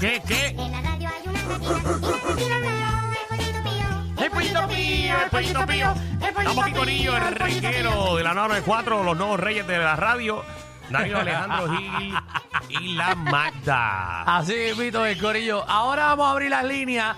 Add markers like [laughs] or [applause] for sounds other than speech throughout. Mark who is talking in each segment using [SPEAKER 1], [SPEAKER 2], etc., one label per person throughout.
[SPEAKER 1] ¿Qué, qué?
[SPEAKER 2] En la radio hay una gatita.
[SPEAKER 1] El pollito pío, el pollito pío. Estamos aquí con ellos, el reguero de la 994, los nuevos reyes de la radio. [laughs] Danilo Alejandro Gil y la Magda.
[SPEAKER 3] Así invito el corillo. Ahora vamos a abrir las líneas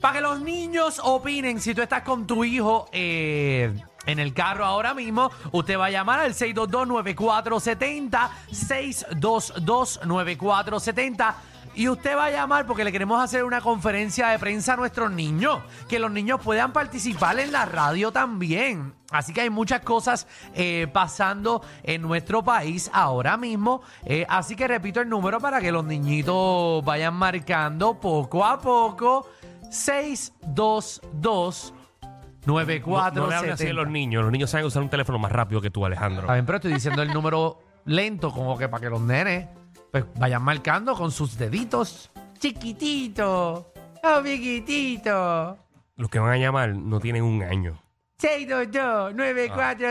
[SPEAKER 3] para que los niños opinen. Si tú estás con tu hijo eh, en el carro ahora mismo, usted va a llamar al 622-9470, 622-9470. Y usted va a llamar porque le queremos hacer una conferencia de prensa a nuestros niños, que los niños puedan participar en la radio también. Así que hay muchas cosas eh, pasando en nuestro país ahora mismo. Eh, así que repito el número para que los niñitos vayan marcando poco a poco. 622 9470
[SPEAKER 1] no, no le hables así a los niños. Los niños saben usar un teléfono más rápido que tú, Alejandro.
[SPEAKER 3] Está bien, pero estoy diciendo el número lento, como que para que los nenes pues, vayan marcando con sus deditos. Chiquitito. Oh, chiquitito.
[SPEAKER 1] Los que van a llamar no tienen un [laughs] año.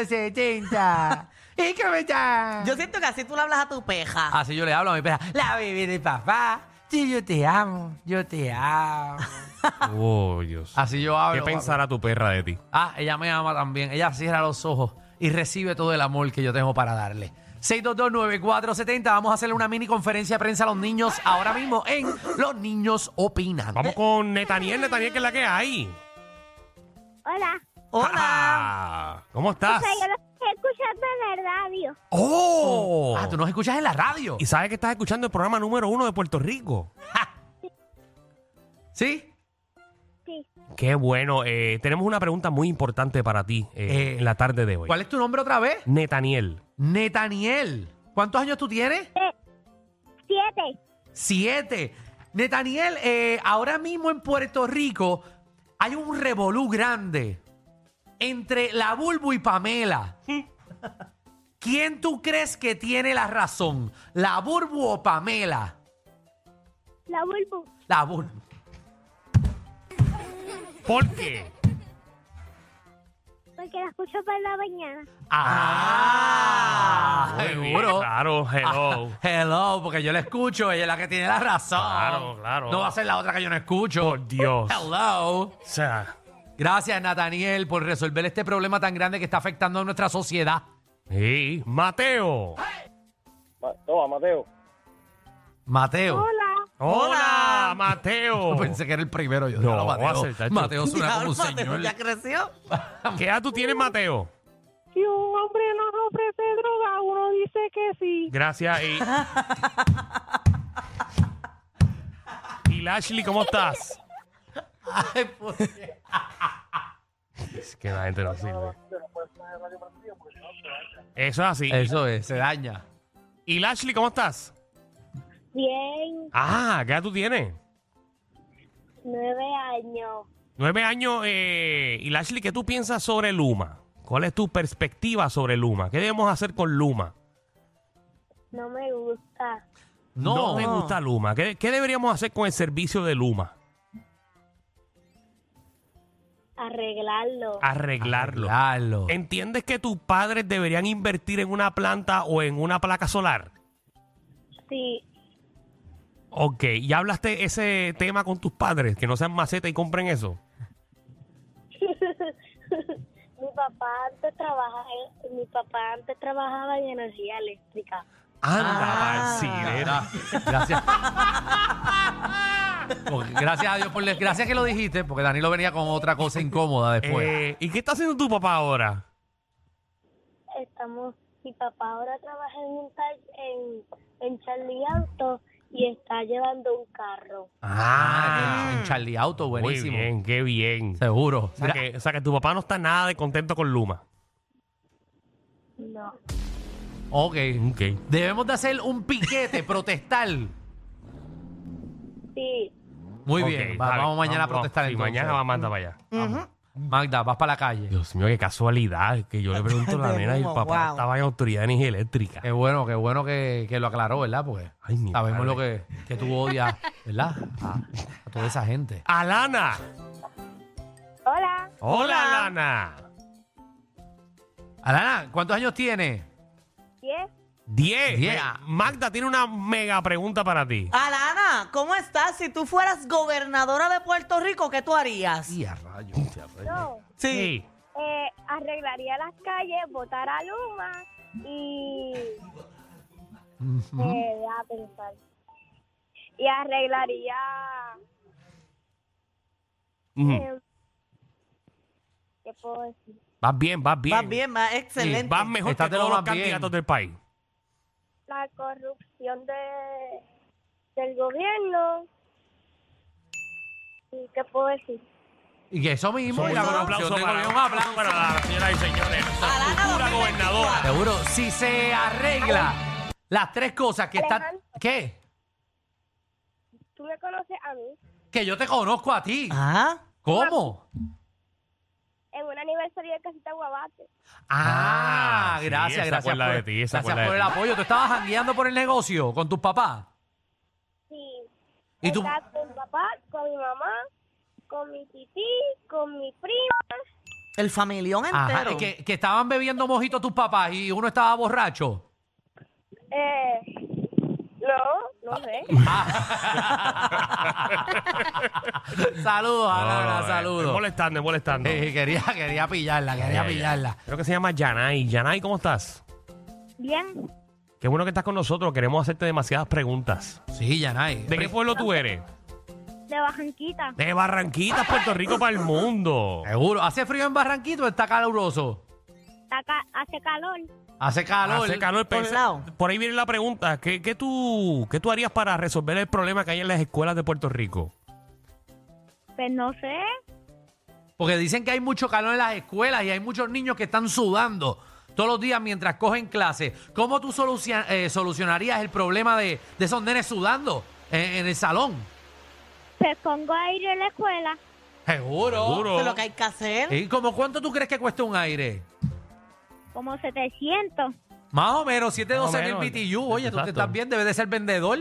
[SPEAKER 3] 622-9470. ¿Y cómo está?
[SPEAKER 4] Yo siento que así tú le hablas a tu peja.
[SPEAKER 3] Así yo le hablo a mi perra. La bebé de papá. Sí, yo te amo. Yo te amo.
[SPEAKER 1] Oh, Dios.
[SPEAKER 3] Así yo hablo.
[SPEAKER 1] ¿Qué
[SPEAKER 3] papi.
[SPEAKER 1] pensará tu perra de ti?
[SPEAKER 3] Ah, ella me ama también. Ella cierra los ojos y recibe todo el amor que yo tengo para darle. 6229470. Vamos a hacerle una mini conferencia de prensa a los niños ahora mismo en Los Niños Opinan.
[SPEAKER 1] Vamos con Netaniel, Netaniel, que es la que hay.
[SPEAKER 2] Hola,
[SPEAKER 3] [laughs]
[SPEAKER 4] Hola.
[SPEAKER 1] Ah, ¿Cómo estás?
[SPEAKER 2] yo lo estoy escuchando en la radio.
[SPEAKER 1] ¡Oh!
[SPEAKER 3] Ah, tú nos escuchas en la radio.
[SPEAKER 1] Y sabes que estás escuchando el programa número uno de Puerto Rico.
[SPEAKER 3] ¿Sí?
[SPEAKER 2] Sí,
[SPEAKER 1] Qué bueno. Eh, tenemos una pregunta muy importante para ti eh,
[SPEAKER 3] Eh,
[SPEAKER 1] en la tarde de hoy.
[SPEAKER 3] ¿Cuál es tu nombre otra vez?
[SPEAKER 1] Netaniel.
[SPEAKER 3] Netaniel. ¿Cuántos años tú tienes?
[SPEAKER 2] siete.
[SPEAKER 3] Siete. Netaniel, eh, ahora mismo en Puerto Rico hay un revolú grande entre la Bulbo y Pamela. ¿Quién tú crees que tiene la razón? ¿La Bulbo o Pamela?
[SPEAKER 2] La Bulbu.
[SPEAKER 3] La Bulbo.
[SPEAKER 1] ¿Por qué?
[SPEAKER 2] Porque la escucho por la mañana.
[SPEAKER 3] Ah,
[SPEAKER 1] Muy bien,
[SPEAKER 3] seguro.
[SPEAKER 1] Claro, hello.
[SPEAKER 3] Ah, [laughs] hello, porque yo la escucho, ella es la que tiene la razón.
[SPEAKER 1] Claro, claro.
[SPEAKER 3] No va a ser la otra que yo no escucho. Por
[SPEAKER 1] Dios.
[SPEAKER 3] Ah. Hello.
[SPEAKER 1] O sea,
[SPEAKER 3] Gracias, Nathaniel, por resolver este problema tan grande que está afectando a nuestra sociedad.
[SPEAKER 1] sí. Mateo.
[SPEAKER 5] Ma- Toma, Mateo.
[SPEAKER 3] Mateo.
[SPEAKER 2] Hola.
[SPEAKER 1] Hola, Mateo.
[SPEAKER 3] Pensé que era el primero yo.
[SPEAKER 1] No,
[SPEAKER 3] No, Mateo.
[SPEAKER 1] acertaste.
[SPEAKER 3] Mateo suena
[SPEAKER 4] Ya,
[SPEAKER 3] como un
[SPEAKER 4] Mateo,
[SPEAKER 3] señor.
[SPEAKER 4] ya creció.
[SPEAKER 1] ¿Qué edad tú tienes, Mateo?
[SPEAKER 2] Si un hombre nos ofrece droga, uno dice que sí.
[SPEAKER 1] Gracias.
[SPEAKER 3] [laughs]
[SPEAKER 1] Y, y Lashley, ¿cómo estás?
[SPEAKER 3] [laughs] Ay, por Dios.
[SPEAKER 1] Es que la gente no sirve. [laughs] Eso es así.
[SPEAKER 3] Eso es, se daña.
[SPEAKER 1] ¿Y Lashley, cómo estás?
[SPEAKER 2] Bien,
[SPEAKER 1] Ah, ¿qué edad tú tienes?
[SPEAKER 2] nueve años.
[SPEAKER 1] Nueve años. eh, y Lashley, ¿qué tú piensas sobre Luma? ¿Cuál es tu perspectiva sobre Luma? ¿Qué debemos hacer con Luma?
[SPEAKER 2] No me gusta.
[SPEAKER 3] No.
[SPEAKER 1] me gusta Luma. ¿Qué, qué deberíamos hacer con el servicio de Luma?
[SPEAKER 2] Arreglarlo.
[SPEAKER 1] Ah. Arreglarlo.
[SPEAKER 3] Claro.
[SPEAKER 1] ¿Entiendes que tus padres deberían invertir en una planta o en una placa solar?
[SPEAKER 2] Sí,
[SPEAKER 1] Ok, ¿ya hablaste ese tema con tus padres? Que no sean maceta y compren eso.
[SPEAKER 2] mi papá antes trabajaba, mi papá antes trabajaba en energía eléctrica.
[SPEAKER 1] Anda,
[SPEAKER 4] Ah.
[SPEAKER 1] parcidera.
[SPEAKER 3] Gracias. [laughs] Porque gracias a Dios por la- gracias que lo dijiste, porque Danilo venía con otra cosa incómoda después.
[SPEAKER 1] Eh, ¿Y qué está haciendo tu papá ahora?
[SPEAKER 2] Estamos, mi papá ahora trabaja en un tal, en, en Charlie Auto y está llevando un carro.
[SPEAKER 3] Ah, en Charlie Auto, buenísimo.
[SPEAKER 1] Muy bien, qué bien.
[SPEAKER 3] Seguro.
[SPEAKER 1] O sea, que, o sea que tu papá no está nada de contento con Luma.
[SPEAKER 2] No,
[SPEAKER 3] Ok.
[SPEAKER 1] Ok.
[SPEAKER 3] Debemos de hacer un
[SPEAKER 1] [laughs]
[SPEAKER 3] piquete, protestar.
[SPEAKER 2] sí,
[SPEAKER 3] Muy
[SPEAKER 1] Ok,
[SPEAKER 3] bien.
[SPEAKER 1] está
[SPEAKER 3] Va- vamos mañana a
[SPEAKER 1] vamos,
[SPEAKER 3] protestar
[SPEAKER 1] sí,
[SPEAKER 3] entonces.
[SPEAKER 1] mañana va Amanda para allá.
[SPEAKER 3] Mm. Magda, vas para la calle.
[SPEAKER 1] Dios mío, qué casualidad. Que yo le pregunto a la
[SPEAKER 4] De
[SPEAKER 1] nena y el
[SPEAKER 4] humo,
[SPEAKER 1] papá
[SPEAKER 4] wow.
[SPEAKER 1] estaba en autoridad de energía eléctrica.
[SPEAKER 3] Qué bueno, qué bueno que, que lo aclaró, ¿verdad? Porque
[SPEAKER 1] Ay, mi
[SPEAKER 3] sabemos
[SPEAKER 1] madre.
[SPEAKER 3] lo que, que tú odias, ¿verdad? A, a toda esa gente.
[SPEAKER 1] Alana.
[SPEAKER 2] hola,
[SPEAKER 1] Hola, Alana.
[SPEAKER 3] Alana, ¿cuántos años tienes?
[SPEAKER 2] ¿quién?
[SPEAKER 1] Diez. Eh,
[SPEAKER 3] Diez.
[SPEAKER 4] Ah,
[SPEAKER 1] Mira, Magda tiene una mega pregunta para ti.
[SPEAKER 4] Alana, Karina, ¿cómo estás? Si tú fueras gobernadora de Puerto Rico, ¿qué tú harías?
[SPEAKER 3] Y a rayos, hostia, rayos.
[SPEAKER 2] Yo
[SPEAKER 1] Sí.
[SPEAKER 2] eh, arreglaría las calles, votar a Luma y... Eh, deja pensar. Y arreglaría...
[SPEAKER 3] Mm.
[SPEAKER 1] Ujú.
[SPEAKER 2] eh, ¿Qué puedo decir?
[SPEAKER 1] Vas bien, vas bien.
[SPEAKER 4] Vas bien, va, excelente.
[SPEAKER 1] Sí, vas mejor
[SPEAKER 3] Estás
[SPEAKER 1] que
[SPEAKER 3] de lo
[SPEAKER 1] todos los
[SPEAKER 3] más bien.
[SPEAKER 1] candidatos del país.
[SPEAKER 2] La corrupción de, del gobierno. ¿Y qué puedo decir?
[SPEAKER 3] Y eso mismo.
[SPEAKER 1] Eso
[SPEAKER 3] y
[SPEAKER 1] es
[SPEAKER 3] la
[SPEAKER 1] un
[SPEAKER 3] corrupción
[SPEAKER 1] aplauso
[SPEAKER 3] del
[SPEAKER 1] para,
[SPEAKER 3] gobierno, un aplauso.
[SPEAKER 1] para la señora y señores.
[SPEAKER 4] Alana
[SPEAKER 1] Nuestra futura
[SPEAKER 4] 2024.
[SPEAKER 1] gobernadora.
[SPEAKER 3] Seguro, si se arregla las tres cosas que están...
[SPEAKER 2] Alejandro.
[SPEAKER 3] ¿Qué?
[SPEAKER 2] ¿Tú me conoces a mí?
[SPEAKER 3] Que yo te conozco a ti.
[SPEAKER 4] Ah,
[SPEAKER 3] ¿Cómo?
[SPEAKER 2] En un aniversario de Casita Guabate.
[SPEAKER 1] Ah,
[SPEAKER 3] Ah,
[SPEAKER 1] sí,
[SPEAKER 3] gracias,
[SPEAKER 1] se
[SPEAKER 3] gracias.
[SPEAKER 1] acuerda
[SPEAKER 3] Por,
[SPEAKER 1] de ti, se
[SPEAKER 3] gracias
[SPEAKER 1] acuerda
[SPEAKER 3] por
[SPEAKER 1] de
[SPEAKER 3] el
[SPEAKER 1] ti.
[SPEAKER 3] apoyo. Tú estabas jangueando por el negocio con tus papás.
[SPEAKER 2] Sí.
[SPEAKER 3] ¿Y tú?
[SPEAKER 2] Estaba con mi papá, con mi mamá, con mi tití, con mi prima.
[SPEAKER 4] el familión
[SPEAKER 3] Ajá,
[SPEAKER 4] entero.
[SPEAKER 3] es que, que estaban bebiendo mojito tus papás y uno estaba borracho.
[SPEAKER 2] Eh, no, no sé.
[SPEAKER 3] [laughs] saludos, Alana,
[SPEAKER 1] No, eh, Es
[SPEAKER 3] saludos.
[SPEAKER 1] molestando, es molestando.
[SPEAKER 3] Eh, quería, quería pillarla, quería
[SPEAKER 1] Ay, ay,
[SPEAKER 3] pillarla.
[SPEAKER 1] ay. Creo que se llama Yanay. Yanay, ¿cómo estás?
[SPEAKER 2] Bien.
[SPEAKER 1] Qué bueno que estás con nosotros. Queremos hacerte demasiadas preguntas.
[SPEAKER 3] Sí, Yanay.
[SPEAKER 1] ¿De qué pueblo tú eres?
[SPEAKER 2] De Bajanquita.
[SPEAKER 1] De Barranquitas, Puerto Rico para el mundo.
[SPEAKER 3] Seguro. [laughs] ¿Hace frío en Barranquito o está caluroso?
[SPEAKER 2] hace calor.
[SPEAKER 3] Hace calor.
[SPEAKER 1] Hace calor,
[SPEAKER 4] Por
[SPEAKER 1] pesa-
[SPEAKER 4] lado.
[SPEAKER 1] Por ahí viene la pregunta. ¿Qué, qué tú, ¿Qué tú harías para resolver el problema que hay en las escuelas de Puerto Rico?
[SPEAKER 2] Pues no sé.
[SPEAKER 3] Porque dicen que hay mucho calor en las escuelas y hay muchos niños que están sudando todos los días mientras cogen clases. ¿Cómo tú solucion- eh, solucionarías el problema de, de esos nenes sudando en, en el salón?
[SPEAKER 2] Pues pongo aire en la escuela.
[SPEAKER 3] Seguro.
[SPEAKER 1] Seguro.
[SPEAKER 4] Eso es lo que hay que hacer.
[SPEAKER 3] ¿Y como cuánto tú crees que cuesta un aire?
[SPEAKER 2] Como 700.
[SPEAKER 3] Más o menos, 7,
[SPEAKER 1] Más o
[SPEAKER 3] 12 mil
[SPEAKER 1] menos.
[SPEAKER 3] BTU. Oye, tú te
[SPEAKER 1] Exacto.
[SPEAKER 3] estás bien, debes de ser vendedor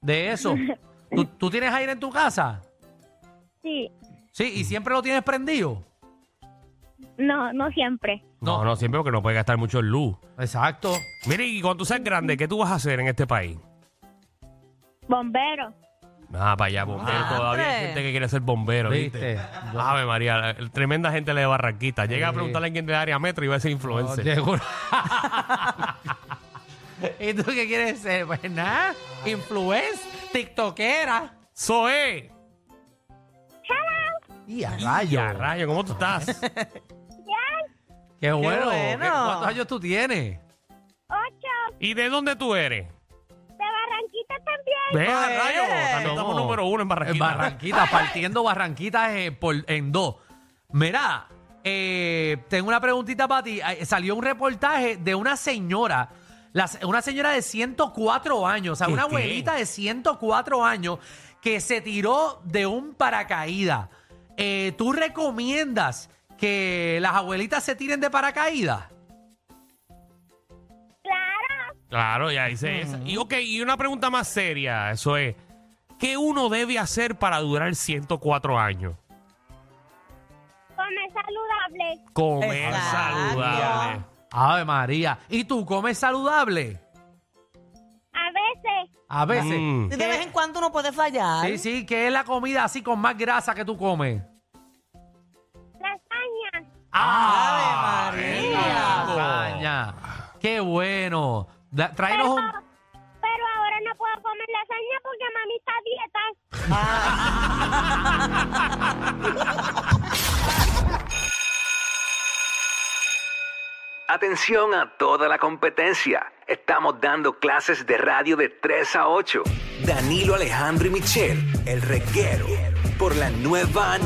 [SPEAKER 3] de eso. ¿Tú, tú tienes aire en tu casa?
[SPEAKER 2] Sí.
[SPEAKER 3] Sí, y siempre lo tienes prendido.
[SPEAKER 2] No, no siempre.
[SPEAKER 1] No, no, siempre porque no puede gastar mucho en luz.
[SPEAKER 3] Exacto.
[SPEAKER 1] Mire, y cuando tú seas grande, ¿qué tú vas a hacer en este país?
[SPEAKER 2] Bombero.
[SPEAKER 1] Ah, para allá, bombero.
[SPEAKER 4] Ah,
[SPEAKER 1] Todavía hay
[SPEAKER 4] hombre.
[SPEAKER 1] gente que quiere ser bombero, ¿viste?
[SPEAKER 3] ¿Viste?
[SPEAKER 1] Ave María, la- la tremenda gente la de Barranquita. Llega a
[SPEAKER 3] Sí.
[SPEAKER 1] preguntarle a alguien del área metro y va a ser influencer.
[SPEAKER 3] Seguro. [laughs] ¿Y tú qué quieres ser? Pues nada, influencer, tiktokera.
[SPEAKER 1] ¡Zoe!
[SPEAKER 3] Y a
[SPEAKER 1] Ya, rayo, ¿cómo tú
[SPEAKER 3] [laughs]
[SPEAKER 1] estás?
[SPEAKER 3] Qué bueno.
[SPEAKER 4] bueno.
[SPEAKER 3] ¿Qué- ¿Cuántos años tú tienes?
[SPEAKER 2] Ocho.
[SPEAKER 1] ¿Y de dónde tú eres?
[SPEAKER 2] De Barranquita también.
[SPEAKER 1] Vea,
[SPEAKER 4] Pues.
[SPEAKER 1] rayo, también estamos
[SPEAKER 3] No.
[SPEAKER 1] número uno en
[SPEAKER 3] En
[SPEAKER 1] Barranquita.
[SPEAKER 3] Barranquita, partiendo Barranquitas eh, por- en dos. Mira, eh, tengo una preguntita para ti. Eh, Salió un reportaje de una señora, la se- una señora de 104 años, o sea,
[SPEAKER 1] ¿Qué,
[SPEAKER 3] una
[SPEAKER 1] qué?
[SPEAKER 3] abuelita de 104 años que se tiró de un paracaídas. Eh, ¿Tú recomiendas que las abuelitas se tiren de paracaídas?
[SPEAKER 2] Claro.
[SPEAKER 1] Claro, ya
[SPEAKER 4] Mm.
[SPEAKER 1] dice esa. Y ok, y una pregunta más seria, eso es. ¿Qué uno debe hacer para durar 104 años?
[SPEAKER 2] Come pues saludable.
[SPEAKER 1] Comer
[SPEAKER 4] Exacto.
[SPEAKER 1] saludable.
[SPEAKER 3] Ave María. ¿Y tú comes saludable?
[SPEAKER 2] A veces.
[SPEAKER 3] A veces.
[SPEAKER 1] Mm.
[SPEAKER 4] De
[SPEAKER 3] eh.
[SPEAKER 4] vez en cuando uno puede fallar.
[SPEAKER 3] Sí, sí, que es la comida así con más grasa que tú comes.
[SPEAKER 2] Lasaña.
[SPEAKER 3] ¡Ah,
[SPEAKER 4] ¡Ave
[SPEAKER 3] qué
[SPEAKER 4] María!
[SPEAKER 3] lasaña! ¡Qué bueno! Da- Tráenos un...
[SPEAKER 2] Pero ahora no puedo comer lasaña porque mami está a dieta.
[SPEAKER 6] Atención a toda la competencia. Estamos dando clases de radio de 3 a 8. Danilo Alejandro y Michel, el reguero, por la nueva